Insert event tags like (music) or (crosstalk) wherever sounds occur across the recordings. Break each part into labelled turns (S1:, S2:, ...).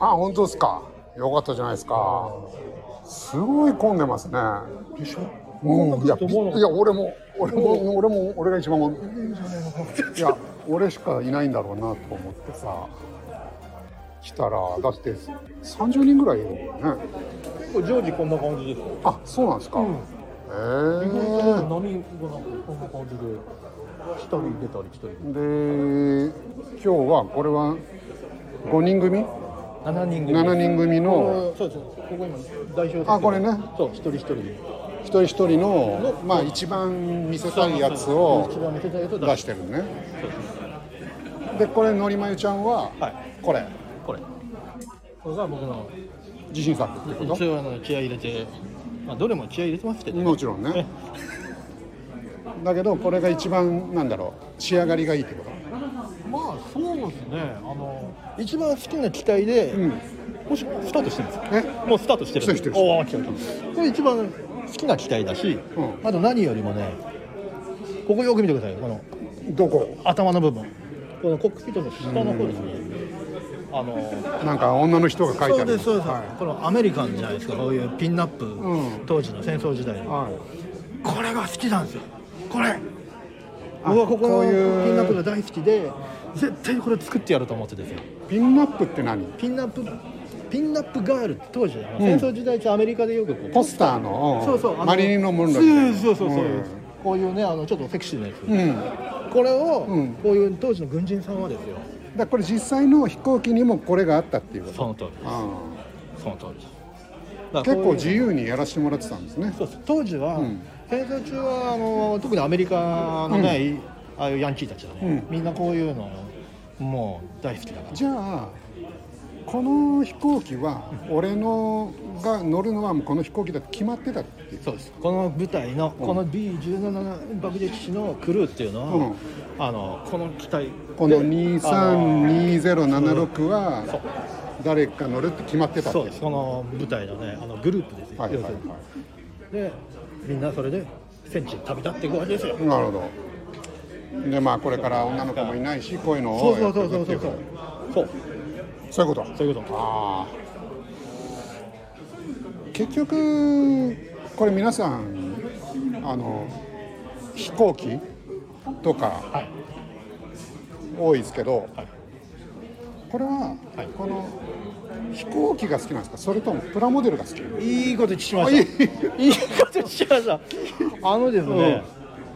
S1: あ本当ですかよかったじゃないですかすごい混んでますね
S2: でしょ
S1: うんいや
S2: と
S1: び
S2: 思わなか
S1: い
S2: っ
S1: や
S2: た
S1: 俺も俺も俺も俺が一番混んでいや俺しかいないんだろうなと思ってさ来たらだって30人ぐらいいるもんね
S2: 結構常時こんな感じですよ
S1: あそうなんですか、
S2: ん
S1: へ
S2: 意
S1: え
S2: 外と波がなんかこんな感じで来たり出たり来たり
S1: で今日はこれは5人組
S2: 7人組
S1: 7人組の
S2: そうですここ今代表ですけど
S1: あこれね
S2: そう一人一人で
S1: 一人一人のまあ一番見せたいやつを
S2: 一番見せたいやつを
S1: 出
S2: 出
S1: し
S2: して
S1: るねでこれのりまゆちゃんは
S2: はい
S1: これ
S2: これこれが僕の
S1: 自信作ってこ
S2: 一応あの気合い入れてまあどれも気合い入れてますけ
S1: と
S2: ど
S1: もちろんねだけどこれが一番なんだろう仕上がりがいいってこ
S2: まあそうですねあの一番好きな機体で、
S1: ん
S2: もうしスタートしてるんですか
S1: とね
S2: もうスタートしてるんで
S1: してるしてる
S2: すおお来た来たこれ一番好きな機体だし、
S1: う
S2: あと何よりもねここよく見てくださいこの
S1: どこ
S2: 頭の部分このコックピットの下の方ですねあの
S1: なんか女の人が書いて
S2: そ
S1: あ
S2: う
S1: る
S2: ですそうです、
S1: は
S2: このアメリカンじゃないですかこういうピンナップ、
S1: うん
S2: 当時の戦争時代の
S1: い、はい
S2: これが好きなんですよこれ
S1: あ
S2: 僕はここ
S1: こ
S2: の
S1: う
S2: ピ
S1: いう
S2: ンナップが大好きで絶対これ作ってやると思ってですよ
S1: ピンナップって何
S2: ピンナップピンナップガールって当時あの戦争時代中アメリカでよくこう
S1: ポスターの
S2: そうそうあの
S1: マリリンのモンローみたい
S2: そ
S1: な
S2: うそうそうそう、
S1: ん
S2: こういうねあのちょっとセクシーなやつ、
S1: うん、だ
S2: これを、
S1: うん
S2: こういう当時の軍人さんはですよ
S1: からこれ実際の飛行機にもこれがあったっていうこと
S2: その通りで
S1: うん
S2: すその通りですだか
S1: 結
S2: らこう
S1: 構
S2: いう
S1: 自由にやらせてもらってたんですね
S2: そうです当時は、
S1: ん
S2: 戦争中はあの特にアメリカのね、いああいうヤンキーたちはね、みんなこういうのもう大好きだから
S1: じゃあこの飛行機は俺のが乗るのはもうこの飛行機だって決まってたっていう
S2: そうですこの部隊のこの B17 爆撃機のクルーっていうのは、
S1: うん
S2: あのこの機体
S1: この
S2: で
S1: 232076
S2: そう
S1: は誰か乗るって決まってたって
S2: そ
S1: いう
S2: ですこの部隊のねあのグループですよ、
S1: はいはいは
S2: 要するにでみんなそれで戦地に旅立っていくわけですよ
S1: いなるほどでまあこれから女の子もいないしこういうの
S2: そう
S1: を
S2: そ
S1: や
S2: う
S1: って
S2: そ
S1: いうく
S2: そ
S1: っ
S2: う
S1: て
S2: そ
S1: いう
S2: う
S1: ことそうい
S2: そうそう
S1: うこと
S2: そういうこと
S1: ああ結局これ皆さんあの飛行機とか
S2: はい
S1: 多いですけど、
S2: はい
S1: これは、
S2: はい
S1: この飛行機が好きなんですかそれともプラモデルが好き
S2: いいこと聞きました。 (laughs) いいこと聞きました。あのですね、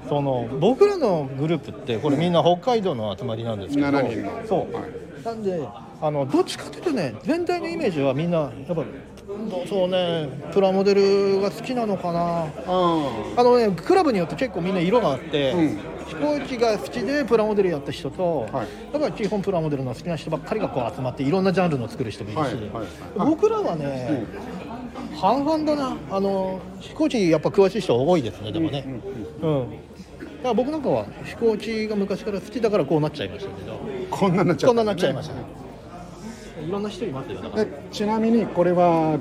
S2: その僕らのグループってこれみんな北海道の集まりなんですけど、
S1: 7人の
S2: そう、
S1: はい
S2: なんであのどっちかというとね全体のイメージはみんなやっぱそうねプラモデルが好きなのかな。
S1: あ
S2: あのねクラブによって結構みんな色があって、
S1: うん
S2: 飛行機が好きでプラモデルやった人と、
S1: はい
S2: だから基本プラモデルの好きな人ばっかりがこう集まっていろんなジャンルの作る人もいる
S1: はい
S2: し、
S1: はいはい
S2: 僕らはね、半々だなあの飛行機やっぱ詳しい人多いですねでもねうん、だから僕なんかは飛行機が昔から好きだからこうなっちゃいましたけど
S1: こんなになっちゃ
S2: こ
S1: った
S2: んなになっちゃいましたねいろんな人いますよだから
S1: えちなみにこれは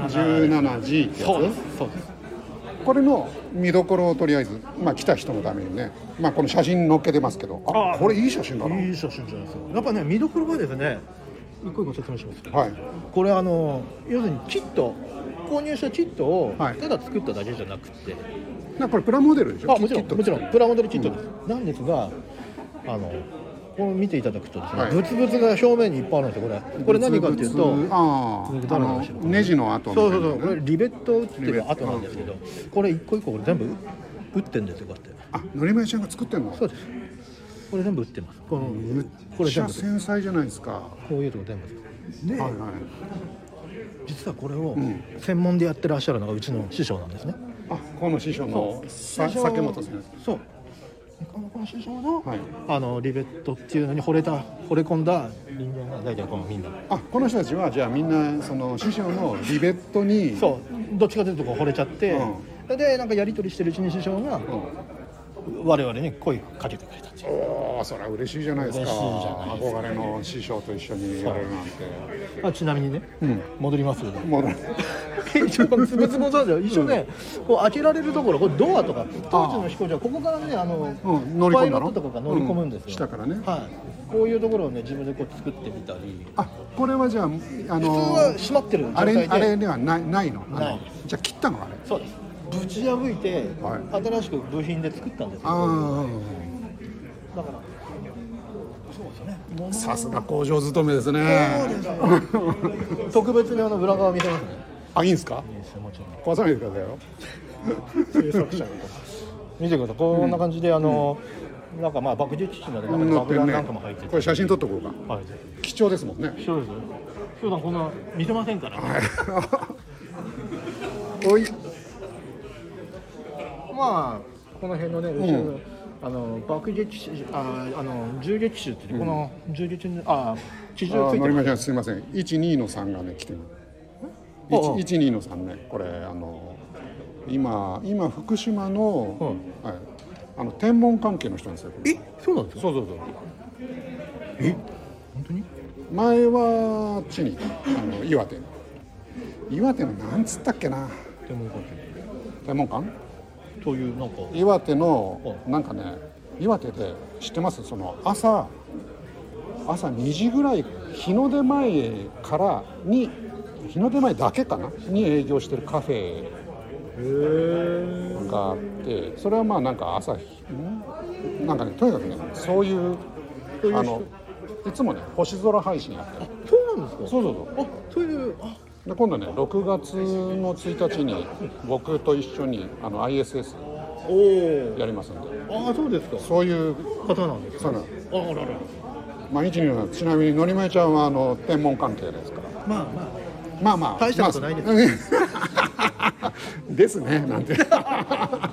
S1: B17G ってや
S2: そうで
S1: つ
S2: すそうです
S1: これの見どころをとりあえず、まあ、来た人のためにね、まあ、この写真載っけてますけどあ
S2: あ
S1: これいい写真だない
S2: い写真じゃないですかやっぱね見どころはですね一個一個説明します
S1: はい
S2: これあの要するにキット購入したキットを
S1: はい
S2: ただ作っただけじゃなくて、
S1: なこれプラモデルでしょ
S2: あもちろん
S1: キット
S2: もちろんプラモデルキットです、なんですがあのこの見ていただくとですね、
S1: はい
S2: ブツブツが表面にいっぱいあるんですよこれこれ何かっていうと
S1: ブツブツあ
S2: ブツブ
S1: あ
S2: ツ
S1: あ
S2: ある
S1: の
S2: でしょ
S1: ネジの跡みた
S2: そ
S1: いうな
S2: そ
S1: ね
S2: うそうこれリベットを打って
S1: リベッ
S2: る
S1: ト
S2: 跡なんですけどこれ一個一個これ全部打ってんですよこうやって
S1: あのりまゆちゃんが作ってんの
S2: そうですこれ全部打ってますこの
S1: めっ
S2: これ
S1: ち
S2: 全
S1: ゃ
S2: 部
S1: 繊細じゃないですかは
S2: こういうとこ全部で
S1: いはい
S2: 実はこれを専門でやってらっしゃるのがうちの師匠なんですね、
S1: あこの師匠のさ
S2: 師匠
S1: 酒本先
S2: そうこのこの師匠の,、
S1: はい
S2: あのリベットっていうのに惚れた惚れ込んだ人間が大体このみんな
S1: 生あこの人たちはじゃあみんなその師匠のリベットに
S2: そうどっちかというとこう惚れちゃって、
S1: う
S2: でなんかやり取りしてるうちに師匠が、
S1: うん
S2: 我々に声をかけてくれたっていう
S1: おおそれは嬉しいじゃないですか
S2: 嬉しいじゃないです
S1: 憧れの師匠と一緒にやれるなんて
S2: あちなみにね、戻ります
S1: (laughs)
S2: けど
S1: もう
S2: 一応つぶつぶそうですよ一応ね、こう開けられるところこれドアとか当時の飛行場はここからねあの、
S1: うん乗り込んだ
S2: パイロ
S1: の
S2: ットとかが乗り込むんですよ、
S1: うん下からね
S2: はいこういうところをね自分でこう作ってみたり
S1: あこれはじゃああ
S2: 普通
S1: の
S2: は閉まってる状
S1: あ
S2: 態で
S1: れあれではないないのあの
S2: ない
S1: じゃあ切ったのあれ
S2: そうですぶち破いて、
S1: は
S2: 新しく部品で作ったんですよ
S1: あ
S2: だからそうですよねも
S1: あ
S2: の
S1: さすが工場勤めですね
S2: 特別にあの裏側見せますね
S1: あいいんですか
S2: いいですよもちろん
S1: 壊さないでくださいよ
S2: 制作者の見てくださいこんな感じであの、なんかまあ爆撃機の中に爆弾なんかも入ってて、
S1: これ写真撮っとこうか
S2: はい
S1: 貴重ですもんね
S2: そうですよ普段こんな見てませんから、
S1: おい
S2: まあこの辺のね後ろの、あの爆撃機ああの銃撃手って言ってこの銃撃の、あ地上
S1: あ
S2: つい
S1: 乗
S2: て
S1: り
S2: る
S1: ましょうすみません12の3がね来てる
S2: ああ
S1: 12の3ねこれあの今今福島の、はい、あの天文関係の人なんですよ
S2: えそうなんですか
S1: そうそうそう
S2: え本当に
S1: 前はあっちにあの岩手の岩手のなんつったっけな
S2: 天文関係
S1: 天文館
S2: というなんか
S1: 岩手のなんかね岩手で知ってますその朝朝2時ぐらい日の出前からに日の出前だけかなに営業してるカフェがあってそれはまあなんか朝日んなんかねとにかくねそういう
S2: そういう人
S1: あのいつもね星空配信やってる
S2: そうなんですか
S1: そうそうそう
S2: あそういうあ
S1: で今度ね6月の1日に僕と一緒にあの ISS
S2: おお
S1: やりますんで
S2: ああそうですか
S1: そういう
S2: 方なんですか
S1: そうなの
S2: あららら
S1: まあ、一二のちなみにのりまえちゃんはあの天文関係ですから
S2: まあまあ
S1: まあまあ、
S2: 大したことないです
S1: まあですね (laughs) なんてまあ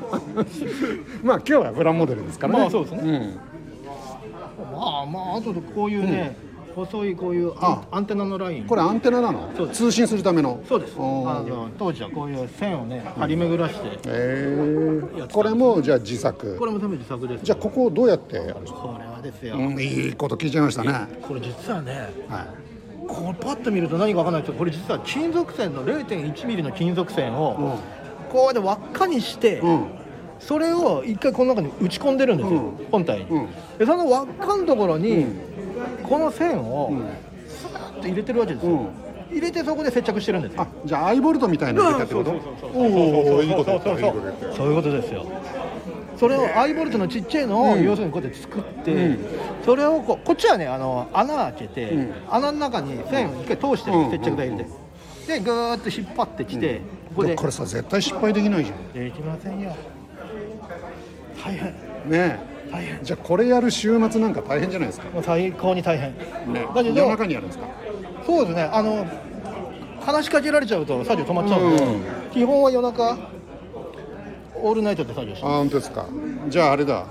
S1: 今日はプラモデルですからね
S2: まあそうです
S1: ね、
S2: まあまああとこういうね、細いこういうアン
S1: あ
S2: アンテナのライ
S1: う
S2: ン
S1: ん、これアンテナな
S2: そ
S1: の
S2: うです
S1: 通信するための
S2: そうですあ
S1: おー
S2: の当時はこういう線をね張り巡らして、
S1: へえこれもじゃあ自作
S2: これも全部自作です
S1: じゃあここをどうやってやるんですか、
S2: これはですよ、
S1: うん、いいこと聞いちゃいましたね
S2: これ実はね
S1: は
S2: これパッと見ると何かわかんないですけどこれ実は金属線の0 1ミリの金属線を、こうやって輪っかにして、
S1: い、うん、
S2: それを一回この中に打ち込んでるんですよ、
S1: うん
S2: 本体に、
S1: うん
S2: でその輪っかのところに、
S1: うん
S2: この線を
S1: ん
S2: スーッと入れてるわけですよ、
S1: うん
S2: 入れてそこで接着してるんですよ
S1: あじゃあアイボルトみたいなの入れたってことおおいいこと言ったいいこと言った
S2: そういうことですよそれをアイボルトのちっちゃいのを
S1: うん
S2: 要するにこうやって作って、
S1: うん
S2: それをこうこっちはねあの穴開けて、
S1: うん
S2: 穴の中に線を一回通してる、
S1: うん
S2: 接着剤入れて、
S1: うん
S2: でぐーっと引っ張ってきて、ここ
S1: で
S2: で
S1: もこれさ絶対失敗できないじゃん
S2: できませんよ大変
S1: ね
S2: 大変
S1: えじゃあこれやる週末なんか大変じゃないですか、
S2: もう最高に大変
S1: ね
S2: だけ
S1: 夜
S2: ど
S1: 中にやるんですか
S2: そうですねあの話しかけられちゃうと作業止まっちゃうんで、
S1: う
S2: 基本は夜中オールナイトで作業して
S1: あ
S2: ます
S1: 本当ですかじゃああれだ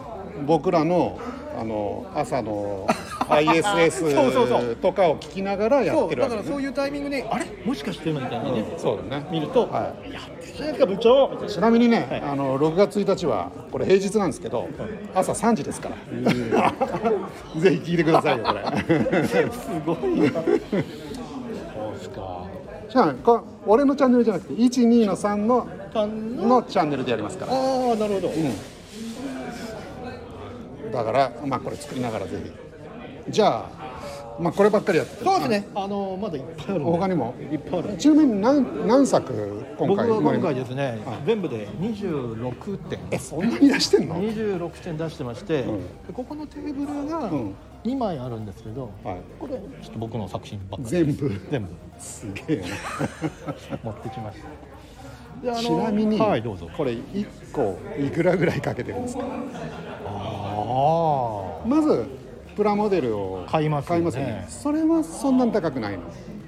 S1: 僕らのあの朝 (laughs) の ISS
S2: そうそうそう
S1: とかを聞きながらや
S2: そ
S1: っ
S2: う
S1: てるわ
S2: だ
S1: け
S2: から
S1: ね
S2: そういうタイミングであれもしかしてみたいなね、
S1: うんそうだね
S2: 見ると、、
S1: はい
S2: やってないですか部長みたい
S1: い、ちなみにね、
S2: はい
S1: あの6月1日はこれ平日なんですけど朝3時ですから (laughs) ぜひ聞いてくださいよこれ
S2: な (laughs) すごいなそうっすか
S1: (laughs) じゃあこ俺のチャンネルじゃなくて12の3の
S2: たんの
S1: のチャンネルでやりますから
S2: ああなるほど、
S1: だから、まあ、これ作りながらぜひじゃあ、まあ、こればっかりやってて
S2: そうですねあのまだいっぱいあるんで
S1: 他にも
S2: いっぱいある
S1: ちなみに何何作今
S2: 僕は
S1: 回
S2: 今回ですね、
S1: はい
S2: 全部で26点
S1: えそんなに出してんの、
S2: 26点出してまして、
S1: うん
S2: でここのテーブルが
S1: うん
S2: 2枚あるんですけど、
S1: はい
S2: これちょっと僕の作品ばっかり
S1: 全部
S2: 全部
S1: すげえ
S2: 持ってきましたであ
S1: な
S2: の
S1: ちなみに、
S2: はいどうぞ
S1: これ1個いくらぐらいかけてるんですか
S2: ああ
S1: まずプラモデルを
S2: 買いますよね
S1: よねそれはそんなに高くないの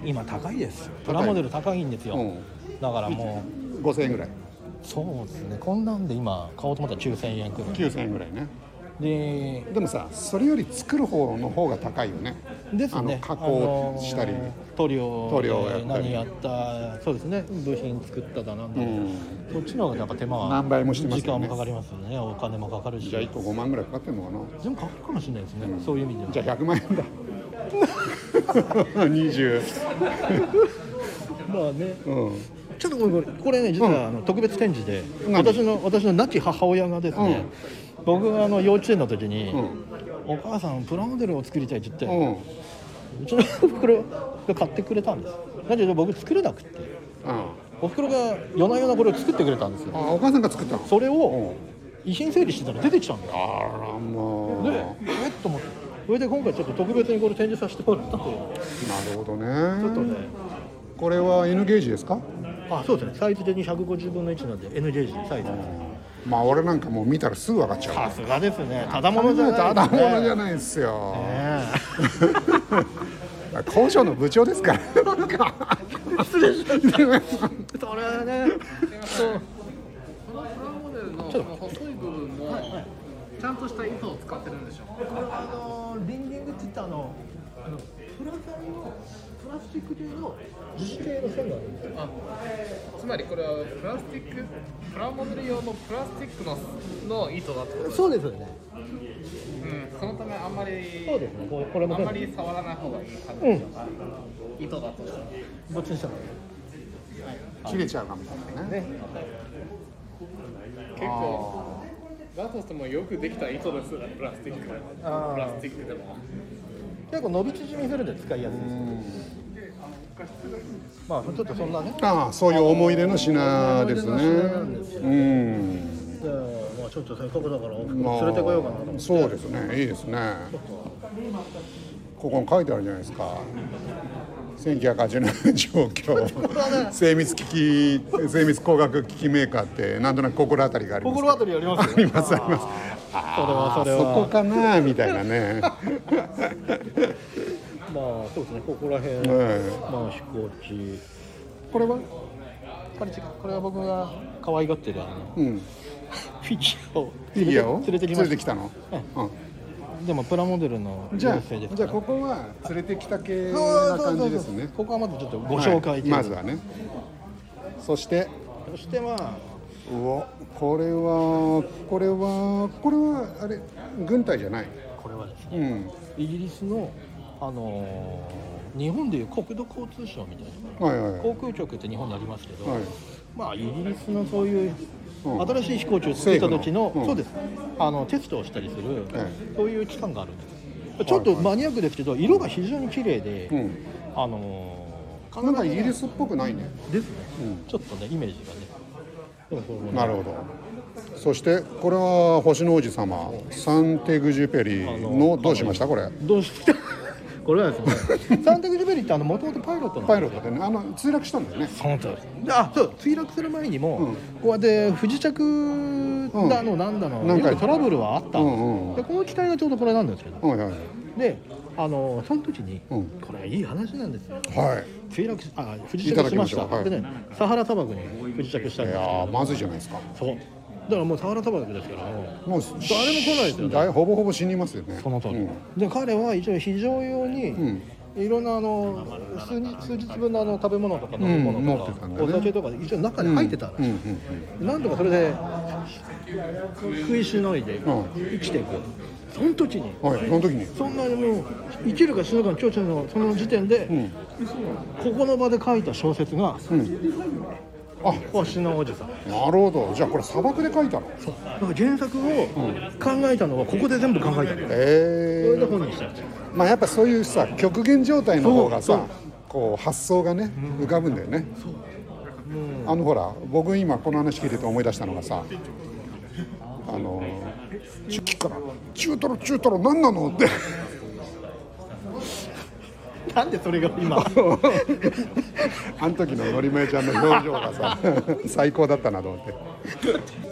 S2: 今高いですよ
S1: い
S2: プラモデル高いんですよ、
S1: うん
S2: だからも
S1: 5000円ぐらいう
S2: そうですねこんなんで今買おうと思ったら9000円くらい
S1: 9000円ぐらいね
S2: で
S1: でもさそれより作る方の方が高いよね
S2: ですね
S1: あの加工したり、
S2: あの塗料
S1: 塗料をやったり
S2: で何やったそうですね部品作っただなんだ、
S1: ん
S2: そっちの方がやっぱ手間は
S1: 何倍もしてます
S2: 時間
S1: よね
S2: もかかりますよねお金もかかるし
S1: じゃあ1個5万ぐらいかかってんのかな
S2: でもかかるかもしれないですね、そういう意味では
S1: じゃあ100万円
S2: (laughs)
S1: だ20
S2: まあね
S1: うん
S2: ちょっとごめんごめんこれね実はあの特別展示で、
S1: 何
S2: 私の私の亡き母親がですね、僕があの幼稚園の時に、お母さんプラモデルを作りたいって言って、
S1: うん
S2: うちのおふくろが買ってくれたんですだけど僕作れなくて
S1: あ
S2: おふくろが夜な夜なこれを作ってくれたんです
S1: あ
S2: よ
S1: お母さんが作ったの
S2: それを遺品整理してたら出てきたんだよ
S1: あらもう
S2: でえっと思ってそれで今回ちょっと特別にこれ展示させてもらったという
S1: なるほど
S2: ちょっと
S1: ね
S2: ね
S1: これは N ゲージですか
S2: あそうですねサイズ的に150分の1なんで N ゲージサイズ
S1: まあ俺なんかもう見たらすぐ分かっちゃ
S2: さ
S1: う
S2: すがですねただものじゃない
S1: ただものじゃ
S2: ね
S1: ないですよ、
S2: え
S1: 工場の部長ですから失礼し
S2: えそれはねそう
S3: このプラモデルのこの細い部分もちゃんとした糸を使ってるんでしょ
S2: あのリンギングっていったあのあのプラカンのプラスチック製の樹脂系の線があるんですよ
S3: あつまりこれはプラスチックプラモデル用のプラスチックのの糸だってこと
S2: そうですよね
S3: うんそのためあんまり
S2: そうですねこれこれも
S3: あん
S2: 全
S3: ま
S2: 部
S3: り触らない方がいい感じ、
S2: うん
S3: 糸だとしたら
S2: どっちにしたの
S1: 切れちゃうかみたいなね
S2: ね
S3: 結構だとしてもよくできた糸ですプラスチックプ
S2: あー
S3: ラスチックでも
S2: 結構伸び縮みするんで使いやすいですよまあちょっとそんなね
S1: ああそういう思い出の品ですね
S2: 思い出の品なんですよ
S1: うん
S2: じゃあまあちょっとせっかくだからお服
S1: まあ
S2: 連れてこようかなと思って
S1: そうですねいいですねここに書いてあるじゃないですか1980年状況精密機器精密工学機器メーカーってなんとなく心当たりがあります
S2: 心当たりあります (laughs) よ
S1: ありますあります
S2: それは
S1: あ
S2: それ
S1: そこ
S2: は
S1: かなみたいなね、
S2: まあそうですねここら辺、
S1: うん
S2: まあ飛行機これはこれ違うこれは僕が可愛がってるあの
S1: うん、
S2: フィギュアを
S1: いいよ
S2: 連れてきました
S1: たの、うん
S2: でもプラモデルの
S1: じゃ
S2: 妖精です
S1: あじゃあここは連れてきた系な
S2: そ
S1: 感
S2: うそうそうそう
S1: じですね
S2: ここはまずちょっとご紹
S1: は
S2: 介
S1: い
S2: という
S1: まずはねそして
S2: そしてまあ
S1: うおこれはこれはこれはあれ軍隊じゃない
S2: これはです
S1: う
S2: ね、
S1: ん
S2: イギリスのあのー日本でいう国土交通省みたいな
S1: はいはい
S2: 航空局って日本にありますけど、
S1: はい
S2: まあイギリスのそういう
S1: うん
S2: 新しい飛行機を作った時の
S1: 政府のうん
S2: そうですあのテストをしたりする、
S1: え
S2: そういう機関があるんですちょっとマニアックですけど色が非常に綺麗で、
S1: うん
S2: あのー
S1: なんかイギリスっぽくないね
S2: ですね、
S1: うん
S2: ちょっとねイメージがねでもこれもね
S1: なるほどそしてこれは星の王子様サンテグジュペリのどうしましたこれ
S2: どうしたこれはで
S1: (laughs)
S2: すねサンタクジュベリーってあのもともとパイロットなんです
S1: パイ
S2: よ
S1: ロットでねあの墜落したんだよね
S2: その通りであそう墜落する前にも、
S1: うん
S2: こうやって不時着だのなんだの、
S1: なんか
S2: よくトラブルはあったんです
S1: う
S2: よ、
S1: んうんうん
S2: でこの機体がちょうどこれなんですけど、
S1: はいはい
S2: であのその時に、
S1: うん
S2: これいい話なんですよ
S1: はい
S2: 墜落しあ不時
S1: いた
S2: 着
S1: だ
S2: し
S1: きま
S2: ま
S1: し
S2: し
S1: ょ
S2: た
S1: うはい
S2: でねサハラ砂漠に不時着したん
S1: い
S2: です
S1: や
S2: よ
S1: ーまずいじゃないですか
S2: そうだからもうサハラ砂漠ですからもう
S1: もう
S2: 来ないですよね
S1: だほぼほぼ死にますよね
S2: その通り、
S1: うん
S2: で彼は一応非常用に、
S1: ん
S2: いろんなあの数日数日分のあの食べ物とか飲み
S1: うん
S2: 物
S1: 持って
S2: とか、
S1: たんだね
S2: お酒とか一応中に入ってたらしい、
S1: うんうん
S2: なんとかそれで食いしのいで生きていく、その時に、
S1: はい、その時に。
S2: そんなにもう生きるか死ぬかの長者のその時点で、
S1: ん
S2: ここの場で書いた小説が「
S1: あ
S2: 星の王子さん」
S1: なるほど、じゃあ、これ砂漠で書いたの。
S2: そうだから原作を考えたのはここで全部考えたの、それ
S1: え
S2: で本にしたんですよ
S1: えまあ、やっぱそういうさ、極限状態の方が
S2: そう
S1: さ
S2: そう。
S1: こう発想がね、浮かぶんだよね。あのほら、僕今この話聞いてて思い出したのがさ。あの、中から、中トロ、中トロ、なんなのって。
S2: なんでそれが今
S1: (laughs) あの時ののりまえちゃんの表情がさ、最高だったなと思って。